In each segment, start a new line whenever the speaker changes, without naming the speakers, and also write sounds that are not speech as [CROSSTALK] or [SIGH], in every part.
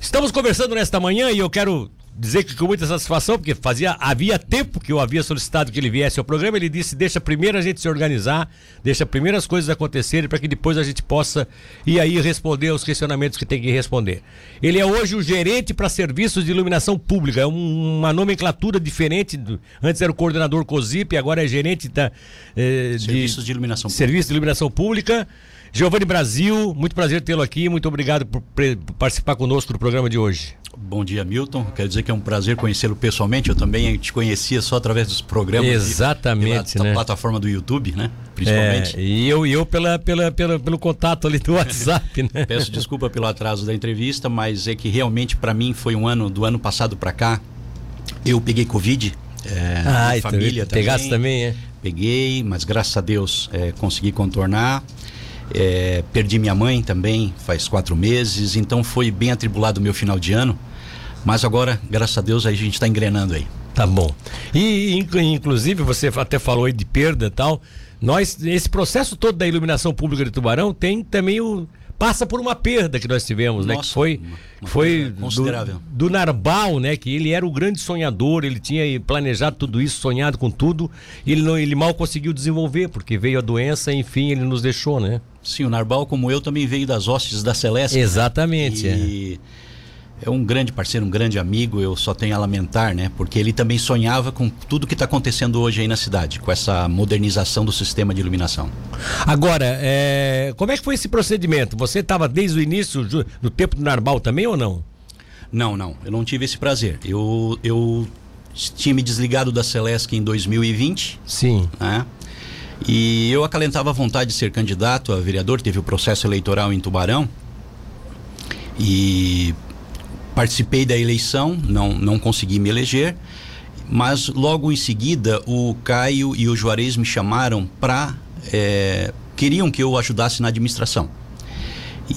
Estamos conversando nesta manhã e eu quero dizer que com muita satisfação, porque fazia, havia tempo que eu havia solicitado que ele viesse ao programa, ele disse, deixa primeiro a gente se organizar, deixa primeiro as coisas acontecerem para que depois a gente possa ir aí responder aos questionamentos que tem que responder. Ele é hoje o gerente para serviços de iluminação pública, é um- uma nomenclatura diferente, do- antes era o coordenador COSIP, agora é gerente da, eh,
Serviços de iluminação pública.
Serviço de Iluminação Pública. Giovanni Brasil, muito prazer tê-lo aqui, muito obrigado por pre- por participar conosco do programa de hoje.
Bom dia, Milton. Quero dizer que é um prazer conhecê-lo pessoalmente. Eu também te conhecia só através dos programas. de-
Exatamente,
de lá- da
né?
plataforma do YouTube, né?
É,
Principalmente.
e eu, e eu pela, pela, pela- pelo contato ali do [LAUGHS] WhatsApp, né?
Peço desculpa pelo atraso da entrevista, mas é que realmente para mim foi um ano, do ano passado para cá, eu peguei Covid. É,
Ai,
minha
Ah,
família também.
então, Pegasse também, é?
Peguei, mas graças a Deus é, consegui contornar. É, perdi minha mãe também faz quatro meses, então foi bem atribulado o meu final de ano. Mas agora, graças a Deus, a gente está engrenando aí.
Tá bom. E, inc- inclusive, você até falou aí de perda e tal. Nós, esse processo todo da iluminação pública de Tubarão tem também o. Passa por uma perda que nós tivemos, né? Que
Nossa,
foi,
uma- uma
foi
perda considerável.
Do, do Narbal, né? Que ele era o grande sonhador, ele tinha planejado tudo isso, sonhado com tudo. Ele, não, ele mal conseguiu desenvolver, porque veio a doença, enfim, ele nos deixou, né?
Sim, o Narbal, como eu, também veio das hostes da Celeste.
Exatamente. é.
E é um grande parceiro, um grande amigo, eu só tenho a lamentar, né? Porque ele também sonhava com tudo que está acontecendo hoje aí na cidade, com essa modernização do sistema de iluminação.
Agora, é, como é que foi esse procedimento? Você estava desde o início ju- do tempo do Narbal também ou não?
Não, não, eu não tive esse prazer. Eu, eu tinha me desligado da Celesc em 2020,
Sim.
né? E eu acalentava a vontade de ser candidato a vereador, teve o processo eleitoral em Tubarão. E participei da eleição, não, não consegui me eleger, mas logo em seguida o Caio e o Juarez me chamaram para. queriam que eu ajudasse na administração.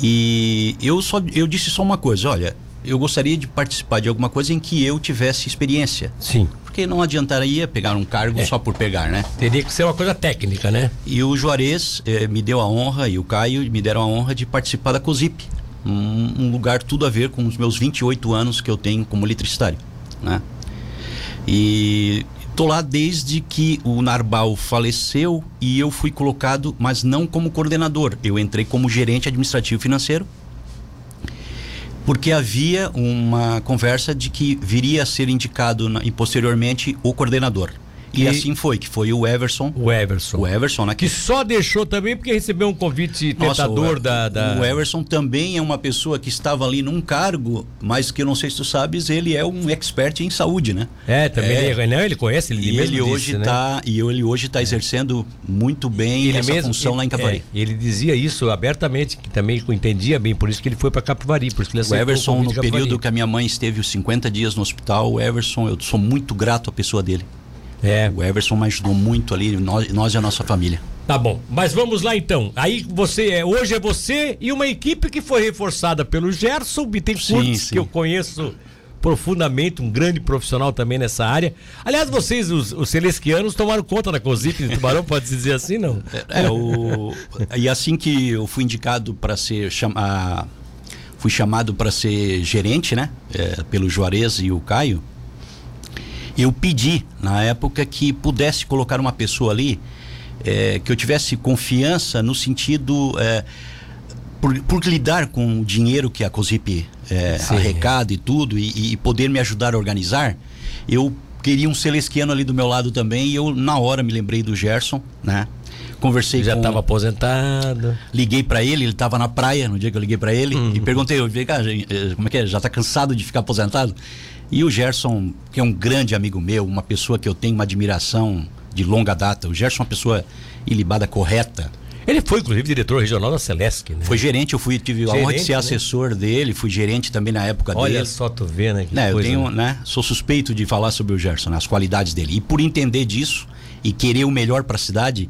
E eu, só, eu disse só uma coisa: olha, eu gostaria de participar de alguma coisa em que eu tivesse experiência.
Sim.
Porque não adiantaria pegar um cargo só por pegar, né?
Teria que ser uma coisa técnica, né?
E o Juarez eh, me deu a honra, e o Caio me deram a honra de participar da COSIP, um, um lugar tudo a ver com os meus 28 anos que eu tenho como eletricitário. Né? E tô lá desde que o Narbal faleceu e eu fui colocado, mas não como coordenador, eu entrei como gerente administrativo financeiro. Porque havia uma conversa de que viria a ser indicado na- e posteriormente o coordenador. E,
E-
assim foi, que foi o Everson.
O Everson.
O Everson, né?
Que só deixou também porque recebeu um convite
Nossa,
tentador
o-
da. da...
O Everson também é uma pessoa que estava ali num cargo, mas que eu não sei se tu sabes, ele é um expert em saúde, né?
É, também
É.
Ele, não, ele conhece, ele
E
mesmo disse,
ele, hoje
né?
tá, e ele hoje está exercendo muito bem essa função lá em Cavari.
é, ele dizia isso abertamente, que também entendia bem, por isso que ele foi para Capivari, por isso que ele
O
aceitou
Everson,
convite
no
de Capivari.
período que a minha mãe esteve os 50 dias no hospital, o Everson, eu sou muito grato à pessoa dele.
É,
O Everson me ajudou muito ali, nós, nós e a nossa família.
tá bom. Mas vamos lá então. Aí você é, hoje é você e uma equipe que foi reforçada pelo Gerson Bittencourt,
Sim,
que
sim.
eu conheço profundamente, um grande profissional também nessa área. Aliás, vocês, os, os celesquianos, tomaram conta da COSIP de Tubarão, pode-se dizer assim, não?
É, o... e assim que eu fui indicado para ser cham... ah, fui chamado para ser gerente, né, é, pelo Juarez e o Caio, eu pedi na época que pudesse colocar uma pessoa ali é, que eu tivesse confiança no sentido é, por, por lidar com o dinheiro que a COSIP é,
Sim.
arrecada e tudo e, e poder me ajudar a organizar, eu queria um celesquiano ali do meu lado também e eu na hora me lembrei do Gerson, né? Conversei
Já
com,
estava aposentado.
liguei pra ele, ele tava na praia no dia que eu liguei pra ele
Uhum.
e perguntei, eu falei, cara, gente, eh, como é que é? Já tá cansado de ficar aposentado? E o Gerson, que é um grande amigo meu, uma pessoa que eu tenho uma admiração de longa data. O Gerson é uma pessoa ilibada, correta.
Ele foi, inclusive, diretor regional da Celesc, né?
Foi gerente, eu fui, tive a honra de
Gerente,
ser
né?
assessor dele, fui gerente também na época
Olha
dele.
só, tu vê, né? que
Né, eu
coisa,
tenho,
né?
né, sou suspeito de falar sobre o Gerson, né, as qualidades dele. E por entender
É.
disso e querer o melhor para a cidade,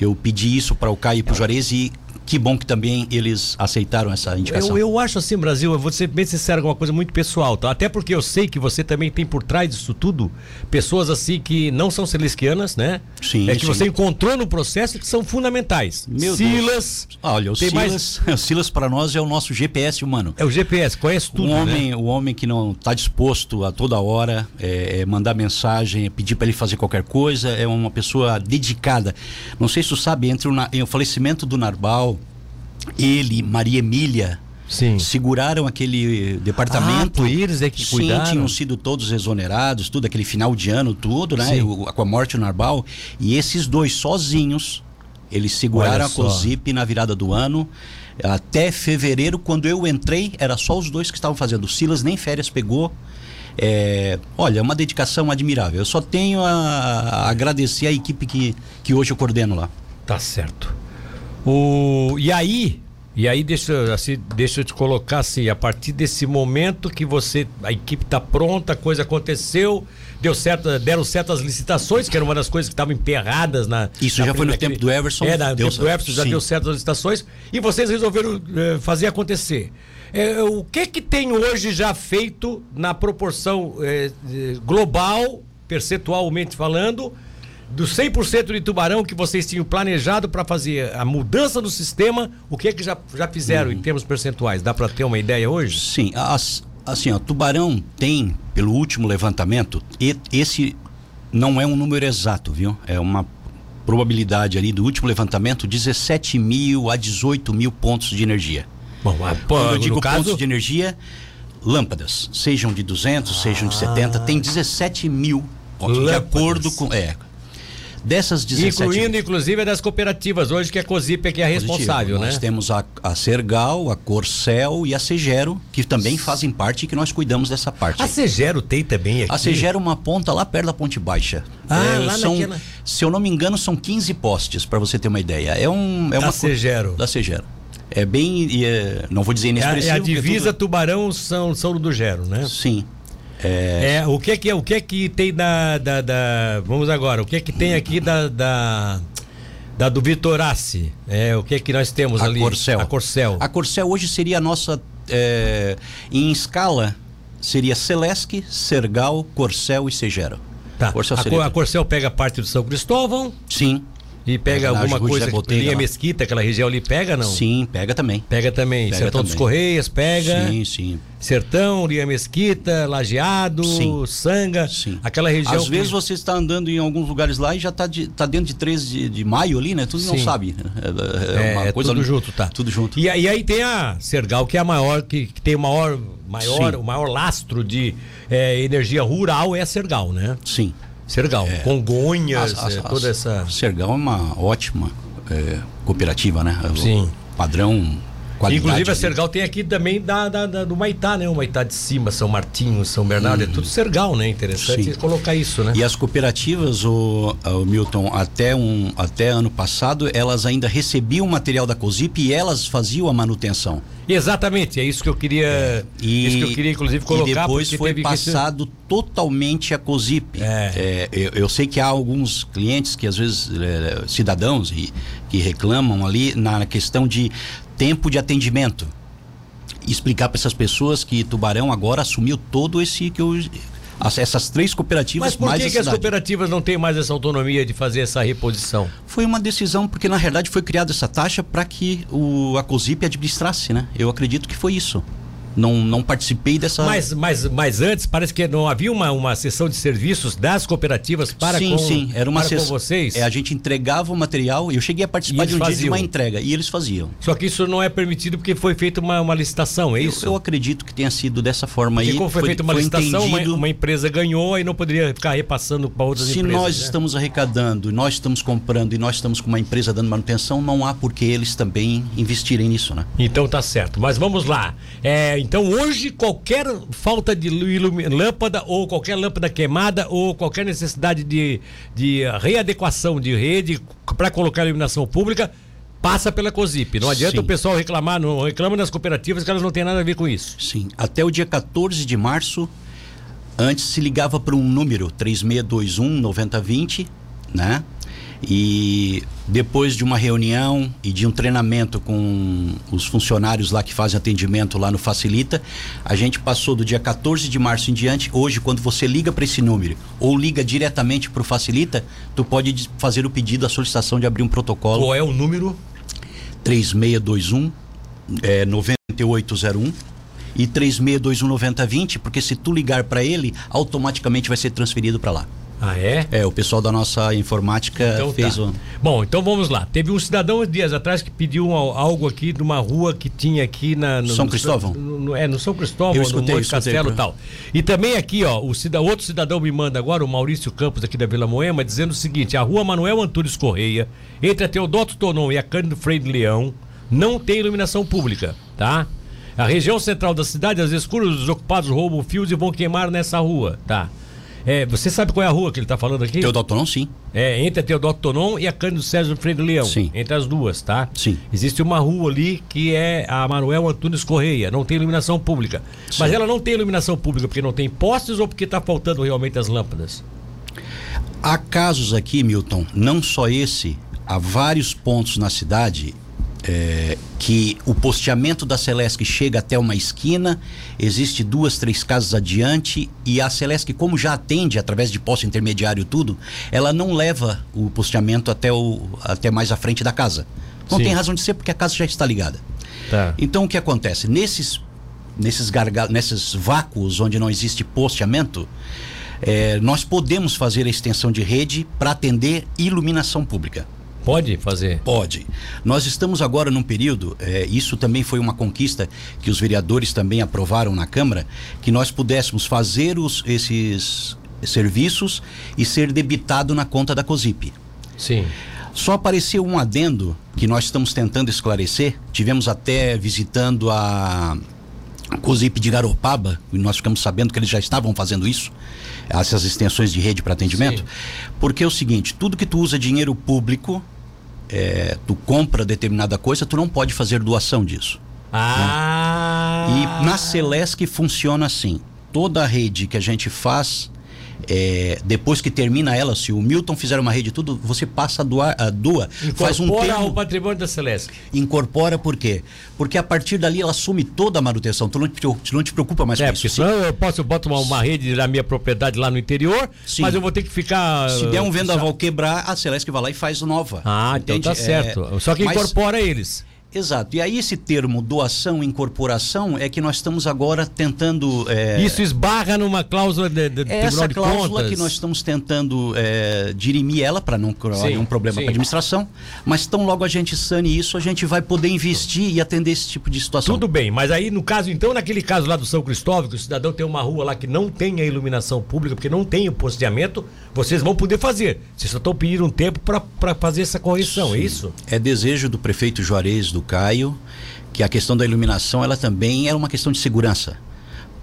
eu pedi isso para o Caio e para o Juarez e Que bom que também eles aceitaram essa indicação.
Eu, eu acho assim, Brasil, eu vou ser bem sincero com uma coisa muito pessoal, tá? Até porque eu sei que você também tem por trás disso tudo pessoas assim que não são celestianas, né?
Sim,
É que
sim.
você encontrou no processo que são fundamentais.
Meu Deus.
Silas.
Olha, o
Tem
Silas, [LAUGHS] o Silas para nós é o nosso GPS humano.
É o GPS, conhece tudo.
o
né?
Um homem, o homem que não está disposto a toda hora é, é, mandar mensagem, é pedir para ele fazer qualquer coisa, é uma pessoa dedicada. Não sei se tu sabe, entre o, na- o falecimento do Narbal, ele, Maria Emília,
Sim.
seguraram aquele eh, departamento.
Ah, eles é que
Sim,
cuidaram.
tinham sido todos exonerados, tudo, aquele final de ano, tudo,
Sim.
né? O- com a morte do Narbal. E esses dois sozinhos, eles seguraram
Olha
a
só.
COSIP na virada do ano. Até fevereiro, quando eu entrei, era só os dois que estavam fazendo. O Silas nem férias pegou. É, olha, é uma dedicação admirável. Eu só tenho a, a agradecer a equipe que, que hoje eu coordeno lá.
Tá certo. O... E aí, e aí deixa, eu- assim, deixa eu te colocar assim, a partir desse momento que você, a equipe tá pronta, a coisa aconteceu, deu certo, deram certas licitações, que era uma das coisas que estavam emperradas na...
Isso
na
já foi no
naquele-
tempo do Everson,
É, na- no
deu
tempo do
certo.
Everson já
Sim.
deu certas licitações, e vocês resolveram eh, fazer acontecer. Eh, o que que tem hoje já feito na proporção eh, eh, global, percentualmente falando, do 100% de tubarão que vocês tinham planejado para fazer a mudança do sistema, o que é que já, já fizeram em termos percentuais? Dá para ter uma ideia hoje?
Sim, as- assim, ó, Tubarão tem, pelo último levantamento, e- esse não é um número exato, viu? É uma probabilidade ali do último levantamento, 17 mil a 18 mil pontos de energia.
Bom, a,
Quando eu
no
digo
caso,
pontos de energia, lâmpadas, sejam de 200, sejam de 70, tem 17 mil pontos, de
Lâmpadas.
acordo com... É, dessas 17 mil-
incluindo inclusive a das cooperativas hoje, que a COSIP é que é a
Positivo.
responsável,
Nós
né?
temos a, a Sergal, a Corcel e a Segero, que também fazem parte e que nós cuidamos dessa parte.
A Segero tem também aqui.
A Segera é uma ponta lá perto da Ponte Baixa. É,
Ah, lá
são,
naquela-
Se eu não me engano, são 15 postes, para você ter uma ideia. É um é
Da
uma co-
Segero.
Da Segera. É bem, e é- não vou dizer
É a- É
inexpressivo.
a,
porque
divisa
tudo-
Tubarão São São do Gero, né?
Sim.
É, o que é que o que é que tem da, da, da- vamos agora, o que é que tem aqui da da, da do Vitorace? É, o que é que nós temos
A
ali?
Corcel.
A Corcel.
A Corcel hoje seria a nossa é, em escala seria Celesc, Sergal, Corcel e Segero.
Tá.
Corcel
A
seria-
Cor- a Corcel pega parte do São Cristóvão
Sim.
e pega
Pega na
alguma
Rua
coisa
Jaboteira
linha
lá.
Mesquita, aquela região ali pega não?
Sim, pega também.
Pega também.
Pega
Sertão dos
também.
Correias pega.
Sim, sim.
Sertão, Linha Mesquita, Lajeado,
Sim.
Sanga,
Sim.
aquela região.
Às
que-
vezes você está andando em alguns lugares lá e já está de- tá dentro de 13 de, de maio ali, né? Tu não
Sim.
sabe. É, é uma
é,
coisa
tudo junto, tá.
Tudo junto.
E, aí- e aí tem a Sergal, que é a maior, que, que tem o maior, maior,
Sim.
o maior lastro de é, energia rural é a Sergal, né?
Sim.
Sergal, Congonhas,
É. As- as-
é,
as-
toda essa.
Sergal é uma ótima é, cooperativa, né? É o
Sim.
Padrão, qualidade.
Inclusive a
ali.
Sergal tem aqui também da, da- da- do Maitá, né? O Maitá de cima, São Martinho, São Bernardo, é tudo Sergal, né? Interessante
Hum. Sim.
colocar isso, né?
E as cooperativas, o, o Milton, até, um, até ano passado, elas ainda recebiam o material da COSIP e elas faziam a manutenção.
Exatamente, é isso que eu queria.
E,
isso que eu queria, inclusive, colocar.
e depois
porque
foi
teve que ser-
passado totalmente a COSIP.
É.
É, eu, eu sei que há alguns clientes que às vezes é, cidadãos e- que reclamam ali na questão de tempo de atendimento. Explicar para essas pessoas que Tubarão agora assumiu todo esse que eu, as- essas três cooperativas
Mas por
mais
que,
a
que as
cidade.
cooperativas não têm mais essa autonomia de fazer essa reposição?
Foi uma decisão porque na realidade foi criada essa taxa para que o, a COSIP administrasse, né? Eu acredito que foi isso. Não, não participei dessa.
Mas, mas, mas antes, parece que não havia uma, uma sessão de serviços das cooperativas para
sim,
com,
sim. Era uma
para com
sess-
vocês?
É, a gente entregava o material e eu cheguei
E
a participar de um
eles
dia de uma
faziam.
entrega e eles faziam.
Só que isso não é permitido porque foi feita uma, uma licitação, é isso?
Eu, eu acredito que tenha sido dessa forma
Porque
aí.
como foi, feita uma
foi
licitação, uma,
entendido.
uma empresa ganhou e não poderia ficar repassando para outras
se
empresas.
nós
né?
estamos arrecadando, e nós estamos comprando e nós estamos com uma empresa dando manutenção, não há por que eles também investirem nisso, né?
Então tá certo, mas vamos lá. É, então hoje qualquer falta de lu- ilumi- lâmpada ou qualquer lâmpada queimada ou qualquer necessidade de, de ah, readequação de rede para colocar iluminação pública passa pela COSIP. Não adianta
Sim.
o pessoal reclamar, não reclama das cooperativas que elas não têm nada a ver com isso.
Sim. Até o dia 14 de março, antes se ligava para um número, 3621-9020, né? E depois de uma reunião e de um treinamento com os funcionários lá que fazem atendimento lá no Facilita, a gente passou do dia 14 de março em diante. Hoje, quando você liga para esse número ou liga diretamente para o Facilita, tu pode fazer o pedido, a solicitação de abrir um protocolo.
Qual é o número?
3621 é, 9801 e 3621 9020, porque se tu ligar para ele, automaticamente vai ser transferido para lá.
Ah, é?
É, o pessoal da nossa informática
Então
fez
tá.
um.
Bom, então vamos lá. Teve um cidadão uns dias atrás que pediu um- algo aqui de uma rua que tinha aqui na no,
São
no-
Cristóvão?
no- no- é, no São Cristóvão,
Eu
no
escutei,
Monte
escutei,
Castelo e
cara.
tal. E também aqui, ó, o cida- outro cidadão me manda agora, o Maurício Campos aqui da Vila Moema, dizendo o seguinte: a rua Manuel Antunes Correia, entre a Teodoto Tonon e a Cândido Freire Leão, não tem iluminação pública, tá? A região central da cidade, às escuras, os ocupados roubam fios e vão queimar nessa rua, tá? É, você sabe qual é a rua que ele tá falando aqui?
Teodoto não, sim.
É, entre a Teodoto Tonon e a Cândido Sérgio Freire Leão.
Sim.
Entre as duas, tá?
Sim.
Existe uma rua ali que é a Manuel Antunes Correia. Não tem iluminação pública. Mas ela não tem iluminação pública porque não tem postes ou porque tá faltando realmente as lâmpadas?
Há casos aqui, Milton, não só esse, há vários pontos na cidade é, que o posteamento da Celesc chega até uma esquina, existe duas, três casas adiante e a Celesc, como já atende através de poste intermediário e tudo, ela não leva o posteamento até, o, até mais à frente da casa. Não
Sim.
tem razão de ser porque a casa já está ligada.
Tá.
Então o que acontece? Nesses, nesses, garga- nesses vácuos onde não existe posteamento, eh, nós podemos fazer a extensão de rede para atender iluminação pública.
Pode fazer.
Pode. Nós estamos agora num período, eh, isso também foi uma conquista que os vereadores também aprovaram na Câmara, que nós pudéssemos fazer os, esses serviços e ser debitado na conta da COSIP.
Sim.
Só apareceu um adendo que nós estamos tentando esclarecer. Tivemos até visitando a COSIP de Garopaba, e nós ficamos sabendo que eles já estavam fazendo isso, essas extensões de rede para atendimento.
Sim.
Porque é o seguinte: tudo que tu usa dinheiro público, é, tu compra determinada coisa, tu não pode fazer doação disso.
Ah.
E na Celesc funciona assim. Toda a rede que a gente faz, é, depois que termina ela, se o Milton fizer uma rede e tudo, você passa a doar, a doa, faz um
Incorpora
termo,
o patrimônio da Celeste.
incorpora por quê? Porque a partir dali ela assume toda a manutenção, tu não te, tu não te preocupa mais
É,
com
porque
isso. Se,
senão eu posso eu boto uma, uma rede na minha propriedade lá no interior,
Sim.
mas eu vou ter que ficar.
se der um vendaval quebrar, a Celesc vai lá e faz nova.
Ah, então
entende?
tá
É,
certo. Só que
mas-
incorpora eles.
Exato. E aí esse termo doação, incorporação, é que nós estamos agora tentando... é,
Isso esbarra numa cláusula de, de
É
Tribunal
essa
de
cláusula
Contas.
que nós estamos tentando eh, dirimir ela para não criar
Sim,
nenhum
sim.
problema para a administração, mas tão logo a gente sane isso, a gente vai poder investir e atender esse tipo de situação.
Tudo bem, mas aí no caso, então, naquele caso lá do São Cristóvão, que o cidadão tem uma rua lá que não tem a iluminação pública, porque não tem o posteamento, vocês vão poder fazer. Vocês só estão pedindo um tempo para fazer essa correção, é isso?
É desejo do prefeito Juarez do Caio que a questão da iluminação ela também era uma questão de segurança.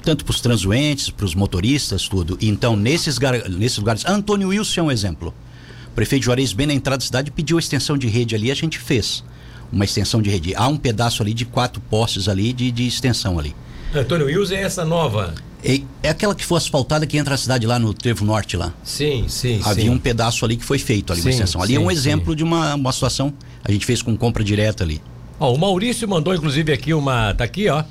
Tanto para os transuentes, para os motoristas, tudo. Então, nesses, gar- nesses lugares. Antônio Wilson é um exemplo. O prefeito Juarez, bem na entrada da cidade, pediu a extensão de rede ali, a gente fez uma extensão de rede. Há um pedaço ali de quatro postes ali de- de extensão ali.
Antônio Wilson é essa nova.
É, é aquela que foi asfaltada que entra na cidade lá no Trevo Norte lá.
Sim, sim,
Havia
sim.
um pedaço ali que foi feito ali,
Sim,
uma extensão. Ali é
sim,
um
sim.
exemplo de uma, uma situação a gente fez com compra direta ali.
Ó, o Maurício mandou, inclusive, aqui uma. Tá aqui, ó.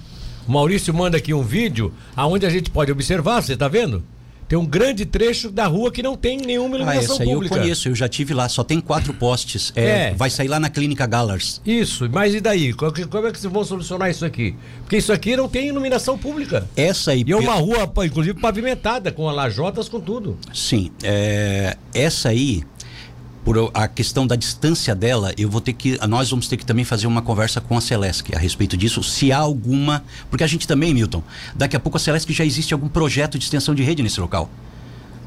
O Maurício manda aqui um vídeo aonde a gente pode observar, você tá vendo? Tem um grande trecho da rua que não tem nenhuma
Ah,
iluminação
essa aí eu
pública.
conheço, eu já tive lá, só tem quatro postes. É,
É.
Vai sair lá na clínica Gallars.
Isso, mas e daí? Co- que- Como é que vocês vão solucionar isso aqui? Porque isso aqui não tem iluminação pública.
Essa aí.
E é uma rua, pa- inclusive, pavimentada, com lajotas, com tudo.
Sim, é, essa aí, por a questão da distância dela, eu vou ter que. Nós vamos ter que também fazer uma conversa com a Celesc a respeito disso, se há alguma. Porque a gente também, Milton, daqui a pouco a Celesc já existe algum projeto de extensão de rede nesse local.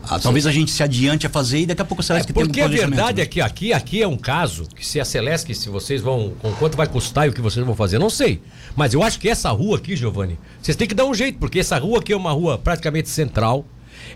Ah, talvez a gente se adiante a fazer e daqui a pouco a Celesc
É, Porque
um
a
planejamento,
verdade
né?
é que aqui, aqui é um caso que se a Celesc, se vocês vão, com quanto vai custar e o que vocês vão fazer, não sei. Mas eu acho que essa rua aqui, Giovanni, vocês têm que dar um jeito, porque essa rua aqui é uma rua praticamente central.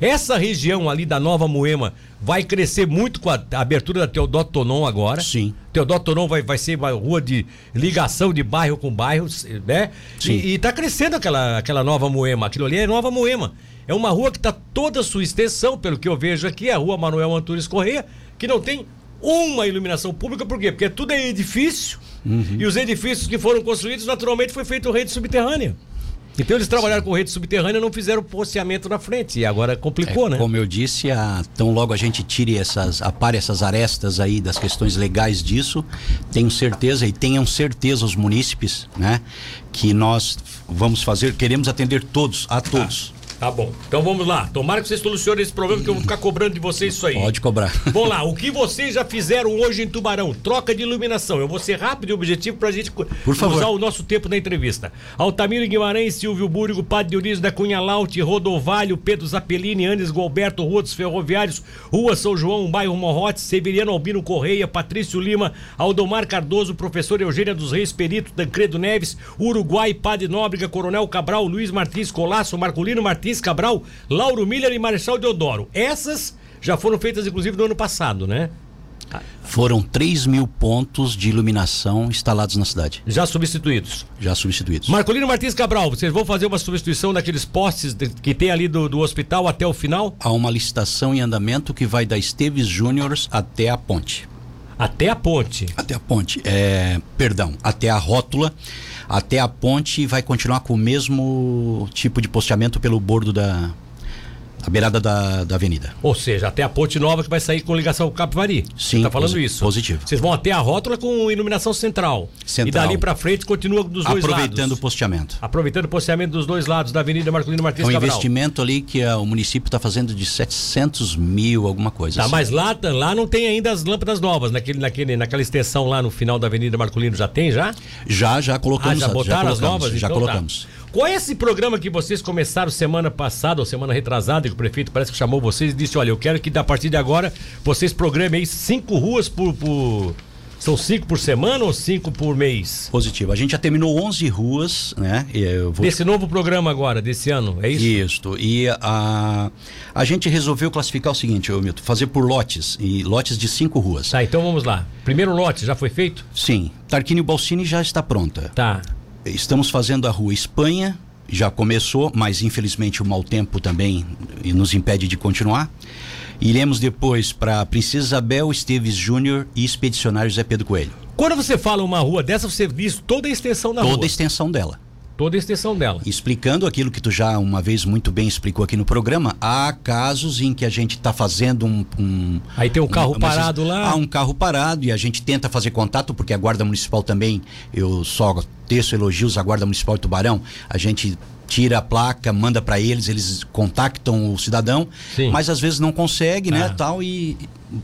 Essa região ali da Nova Moema vai crescer muito com a a abertura da Teodoto Tonon agora.
Sim.
Teodoto Tonon vai, vai ser uma rua de ligação de bairro com bairro, né?
Sim.
E, e tá crescendo aquela, aquela Nova Moema. Aquilo ali é Nova Moema. É uma rua que tá toda a sua extensão, pelo que eu vejo aqui, é a rua Manuel Antunes Correia, que não tem uma iluminação pública, por quê? Porque tudo é edifício
Uhum.
e os edifícios que foram construídos, naturalmente, foi feito rede subterrânea. Então eles trabalharam com rede subterrânea e não fizeram posteamento na frente. E agora complicou,
É,
né?
Como eu disse, a- tão logo a gente tire essas, apare essas arestas aí das questões legais disso, tenho certeza e tenham certeza os munícipes, né, que nós vamos fazer, queremos atender todos, a todos.
Tá bom. Então vamos lá. Tomara que vocês solucionem esse problema, que eu vou ficar cobrando de vocês isso aí.
Ah, Pode cobrar.
Vamos lá, o que vocês já fizeram hoje em Tubarão? Troca de iluminação. Eu vou ser rápido e objetivo pra gente co-
favor.
usar o nosso tempo na entrevista. Altamiro Guimarães, Silvio Búrigo, Padre Dionísio da Cunha Laute, Rodovalho, Pedro Zapelini, Andes Gualberto, Rua dos Ferroviários, Rua São João, um Bairro Morrote, Severiano Albino Correia, Patrício Lima, Aldomar Cardoso, Professor Eugênia dos Reis Perito, Tancredo Neves, Uruguai, Padre Nóbrega, Coronel Cabral, Luiz Martins Colasso, Marculino Martins Cabral, Lauro Miller e Marechal Deodoro. Essas já foram feitas, inclusive, no ano passado, né?
[LAUGHS] Foram 3 mil pontos de iluminação instalados na cidade,
Já substituídos.
já substituídos.
Marcolino Martins Cabral, vocês vão fazer uma substituição daqueles postes de- que tem ali do, do hospital até o final?
Há uma licitação em andamento que vai da Esteves Júnior até a ponte.
Até a ponte.
Até a ponte, é, perdão, até a rótula, até a ponte e vai continuar com o mesmo tipo de posteamento pelo bordo da a beirada da, da avenida.
Ou seja, até a ponte nova que vai sair com ligação com Capivari.
Sim,
Tá falando
posi-
isso.
positivo.
Vocês vão até a rótula com iluminação central.
Central.
E dali pra frente continua dos dois
Aproveitando o
lados.
posteamento.
Aproveitando o posteamento dos dois lados da Avenida Marcolino
É
Martins
um
Cabral.
investimento ali que ah, o município está fazendo de 700 mil, alguma coisa.
Tá,
assim.
mas lá, lá não tem ainda as lâmpadas novas. Naquele, naquele, naquela extensão lá no final da Avenida Marcolino já tem já?
Já, já
Ah,
colocamos.
já botaram as
colocamos,
novas?
Já
Então tá.
colocamos.
Qual é esse programa que vocês começaram semana passada ou semana retrasada, que o prefeito parece que chamou vocês e disse, olha, eu quero que da partir de agora vocês programem aí cinco ruas por... por- São cinco por semana ou cinco por mês?
Positivo. A gente já terminou 11 ruas, né? E Eu vou
Desse novo programa agora, desse ano, é isso?
Isto. E a, a gente resolveu classificar o seguinte, ô Milton, fazer por lotes, e lotes de cinco ruas.
Tá, então vamos lá. Primeiro lote, já foi feito?
Sim, Tarquínio Balsini já está pronta.
Tá.
Estamos fazendo a rua Espanha, já começou, mas infelizmente o mau tempo também nos impede de continuar. Iremos depois para Princesa Isabel, Esteves Júnior e Expedicionário Zé Pedro Coelho.
Quando você fala uma rua dessa, você diz toda a extensão da
Toda
rua.
a extensão dela.
Toda a extensão dela.
explicando aquilo que tu já uma vez muito bem explicou aqui no programa, há casos em que a gente está fazendo um, um-
Aí tem um carro
uma-
parado lá.
Há um carro parado e a gente tenta fazer contato porque a guarda municipal também eu só teço elogios à guarda municipal de Tubarão. A gente tira a placa, manda para eles, eles contactam o cidadão,
Sim.
mas às vezes não consegue, né,
Ah.
tal e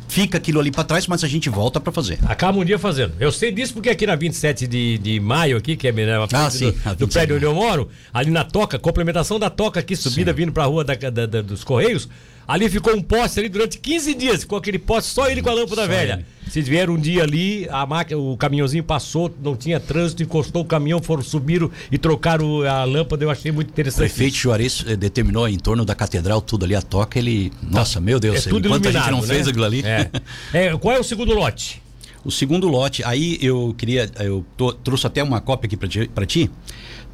fica aquilo ali para trás, mas a gente volta para fazer.
Acaba um dia fazendo. Eu sei disso porque aqui na 27 de, de maio, aqui, que é né, na frente
Ah, sim,
do,
a
do
27
prédio onde
de
eu moro, ali na toca, complementação da toca aqui, subida vindo pra rua da- da- da- dos Correios, ali ficou um poste ali durante 15 dias, com aquele poste, só ele com a lâmpada velha. Se vier um dia ali, a máquina, o caminhãozinho passou, não tinha trânsito, encostou o caminhão, foram subiram e trocaram a lâmpada, eu achei muito interessante.
prefeito Juarez eh, determinou em torno da catedral tudo ali a toca, ele, nossa, meu Deus,
é tudo
enquanto a gente
iluminado,
não
né?
fez aquilo ali. [LAUGHS]
É. É, qual é o segundo lote?
O segundo lote, aí eu queria, eu tô- trouxe até uma cópia aqui pra ti, pra ti.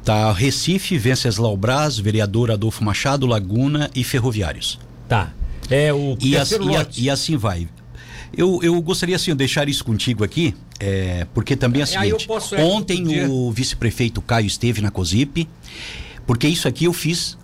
Tá Recife, Venceslau Braz, vereador Adolfo Machado, Laguna e Ferroviários.
Tá. É o
E, as-
terceiro
e a-
lote.
e assim vai. Eu, eu gostaria assim, de deixar isso contigo aqui, é, porque também é o
Aí eu
seguinte,
posso, é,
ontem
outro dia.
o vice-prefeito Caio esteve na COSIP, porque isso aqui eu fiz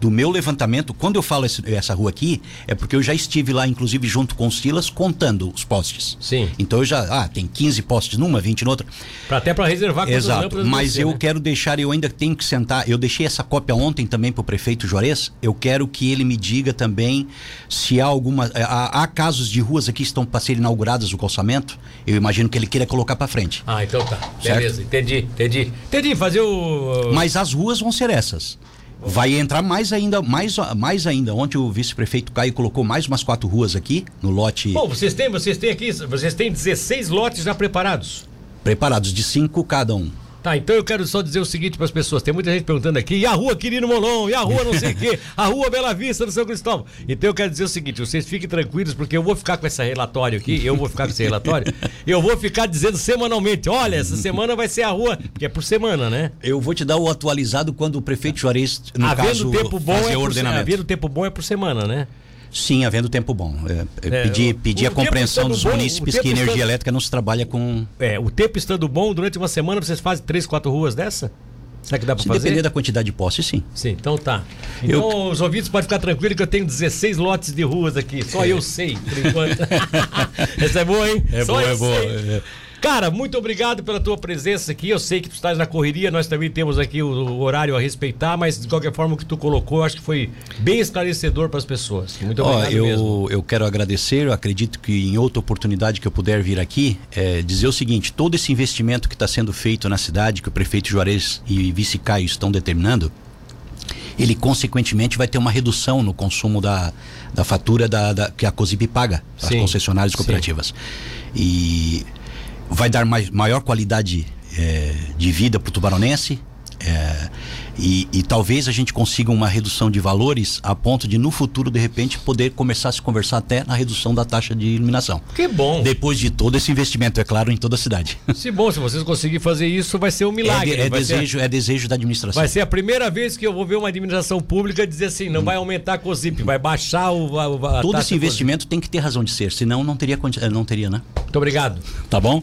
do meu levantamento, quando eu falo esse- essa rua aqui, é porque eu já estive lá, inclusive junto com o Silas, contando os postes.
Sim.
Então eu já, ah, tem 15 postes numa, 20 noutra.
Pra, até pra reservar quantas
Exato,
lâmpadas
mas
você,
eu
né?
quero deixar, eu ainda tenho que sentar, eu deixei essa cópia ontem também para o prefeito Juarez, eu quero que ele me diga também se há alguma, há, há casos de ruas aqui que estão para ser inauguradas o calçamento, eu imagino que ele queira colocar para frente.
Ah, então tá.
Certo?
Beleza, entendi, entendi. Entendi, fazer o.
Mas as ruas vão ser essas. Vai entrar mais ainda, mais, mais ainda. Ontem o vice-prefeito Caio colocou mais umas quatro ruas aqui, no lote
Bom, vocês têm, vocês têm aqui, vocês têm 16 lotes já preparados.
preparados, de cinco cada um.
Tá, então eu quero só dizer o seguinte para as pessoas. Tem muita gente perguntando aqui, e a rua Quirino Molon, e a rua não sei o
[LAUGHS]
quê, a rua Bela Vista do São Cristóvão. Então eu quero dizer o seguinte, vocês fiquem tranquilos, porque eu vou ficar com esse relatório aqui, eu vou ficar com esse
[LAUGHS]
relatório, eu vou ficar dizendo semanalmente, olha,
Uhum.
essa semana vai ser a rua, que é por semana, né?
Eu vou te dar o É. atualizado quando o prefeito Juarez, no
havendo
caso,
tempo bom
fazer
é por,
ordenamento.
havendo tempo bom é por semana, né?
Sim, havendo tempo bom. É, é,
É,
pedir
o-
pedir
o
a
tempo
compreensão
estando
dos
bom, o
munícipes que
tempo
energia
estando-
elétrica não se trabalha com.
É, o tempo estando bom, durante uma semana vocês fazem três, quatro ruas dessa? Será que dá pra
Se
fazer?
depender da quantidade de posses, sim.
Sim, então tá. Então os ouvintes podem ficar tranquilos que eu tenho 16 lotes de ruas aqui. Só eu sei, por
[LAUGHS]
enquanto. Essa é boa, hein?
É
Só
boa,
eu
é boa,
sei.
é.
Cara, muito obrigado pela tua presença aqui. Eu sei que tu estás na correria, nós também temos aqui o, o horário a respeitar, mas de qualquer forma o que tu colocou, eu acho que foi bem esclarecedor para as pessoas. Muito
Ó,
obrigado mesmo.
eu, eu quero agradecer, eu acredito que em outra oportunidade que eu puder vir aqui, é, dizer o seguinte, todo esse investimento que está sendo feito na cidade, que o prefeito Juarez e vice Caio estão determinando, ele consequentemente vai ter uma redução no consumo da, da fatura da, da- que a COSIB paga às
Sim.
concessionárias
Sim.
cooperativas. E vai dar mais, maior qualidade eh, de vida para o tubaronense. eh, e, e talvez a gente consiga uma redução de valores a ponto de no futuro de repente poder começar a se conversar até na redução da taxa de iluminação.
Que bom.
Depois de todo esse investimento, é claro, em toda a cidade.
Se bom, se vocês conseguirem fazer isso, vai ser um [LAUGHS] milagre.
É, de- é
vai ser-
desejo, é desejo da administração.
Vai ser a primeira vez que eu vou ver uma administração pública dizer assim, não vai aumentar a COSIP, vai baixar o... A, a- a
Hum.
taxa de
Todo esse
COSIP.
investimento tem que ter razão de ser, senão não teria, quanti- eh, não teria, né?
Muito obrigado.
Tá bom?